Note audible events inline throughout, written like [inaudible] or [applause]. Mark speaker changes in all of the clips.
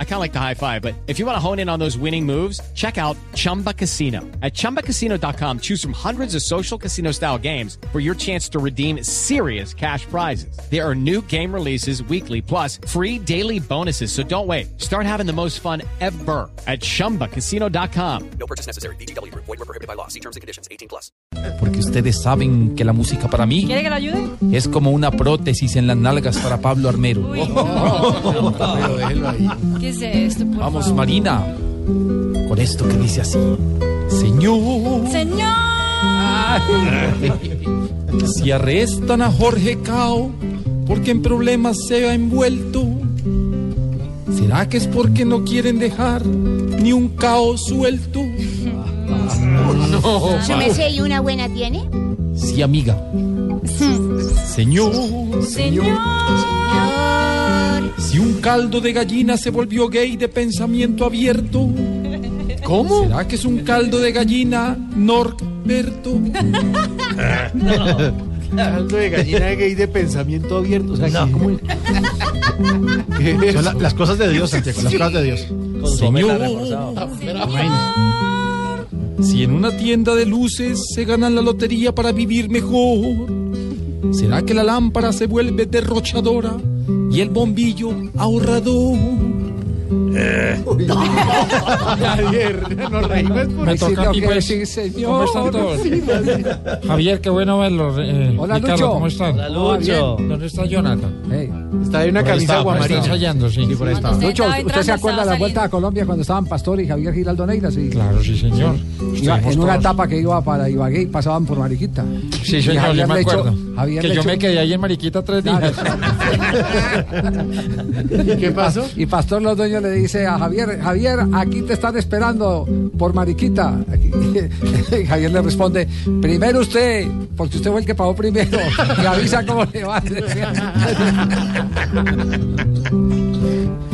Speaker 1: I kind of like the high five, but if you want to hone in on those winning moves, check out Chumba Casino. At chumbacasino.com, choose from hundreds of social casino style games for your chance to redeem serious cash prizes. There are new game releases weekly, plus free daily bonuses. So don't wait. Start having the most fun ever at chumbacasino.com.
Speaker 2: No purchase necessary. BGW. Void were prohibited by law. See terms and conditions. 18 plus.
Speaker 3: Porque ustedes saben que la música para mí
Speaker 4: ¿Quiere que lo ayude?
Speaker 3: es como una prótesis en las nalgas para Pablo Armero.
Speaker 4: Uy, no. ¿Qué es esto, por
Speaker 3: [laughs] Vamos,
Speaker 4: favor?
Speaker 3: Marina, con esto que dice así. Señor,
Speaker 4: Señor,
Speaker 3: si arrestan a Jorge Cao porque en problemas se ha envuelto, ¿será que es porque no quieren dejar ni un Cao suelto?
Speaker 5: ¿Su merced y una buena tiene?
Speaker 3: Sí, amiga. Señor.
Speaker 4: señor,
Speaker 5: Señor,
Speaker 3: Si un caldo de gallina se volvió gay de pensamiento abierto. ¿Cómo? ¿Será que es un caldo de gallina Norberto?
Speaker 6: Caldo de gallina gay de pensamiento abierto. O sea, ¿cómo es? ¿Qué es eso?
Speaker 7: las cosas de Dios, Santiago, las cosas de Dios.
Speaker 3: Señor. Ah, Si en una tienda de luces se ganan la lotería para vivir mejor. ¿Será que la lámpara se vuelve derrochadora y el bombillo ahorrador?
Speaker 6: Javier, nos reímos por
Speaker 8: Me toca a mí, pues.
Speaker 6: Sí,
Speaker 8: ¿Cómo
Speaker 6: señor.
Speaker 8: están todos?
Speaker 6: Sí, vale.
Speaker 8: Javier, qué bueno verlo. eh,
Speaker 6: Hola,
Speaker 8: Ricardo,
Speaker 6: Lucho.
Speaker 8: ¿cómo están?
Speaker 7: Hola, Lucho.
Speaker 8: Bien. ¿Dónde está Jonathan?
Speaker 6: Está de una
Speaker 7: Por ahí está, por
Speaker 6: camisa
Speaker 7: ahí
Speaker 8: Está
Speaker 6: aguamarina.
Speaker 8: ensayando, sí.
Speaker 4: Lucho, ¿usted se acuerda la vuelta a Colombia?
Speaker 8: Claro, sí, señor. Estuvimos
Speaker 9: en una
Speaker 8: todos-
Speaker 9: etapa que iba para Ibagué y pasaban por Mariquita.
Speaker 8: Sí, señor, yo
Speaker 9: Javier
Speaker 8: me
Speaker 9: le
Speaker 8: acuerdo.
Speaker 9: echó- Javier
Speaker 8: Que
Speaker 9: le
Speaker 8: yo
Speaker 9: echó-
Speaker 8: me quedé ahí en Mariquita tres días.
Speaker 6: ¿Qué pasó?
Speaker 9: Y Pastor Los Dueños le dice a Javier, Javier, aquí te están esperando por Mariquita. [laughs] Y Javier le responde, primero usted, porque usted fue el que pagó primero. [laughs] Me avisa cómo le va.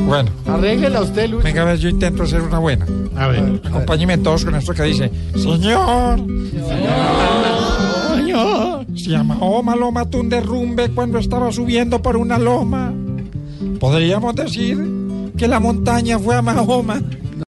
Speaker 8: Bueno,
Speaker 6: Arréglala usted, Lucho.
Speaker 8: venga a ver, yo intento hacer una buena.
Speaker 7: A ver.
Speaker 8: Acompáñenme todos con esto que dice: Señor. Señor. Si a Mahoma lo mató un derrumbe cuando estaba subiendo por una loma, podríamos decir que la montaña fue a Mahoma.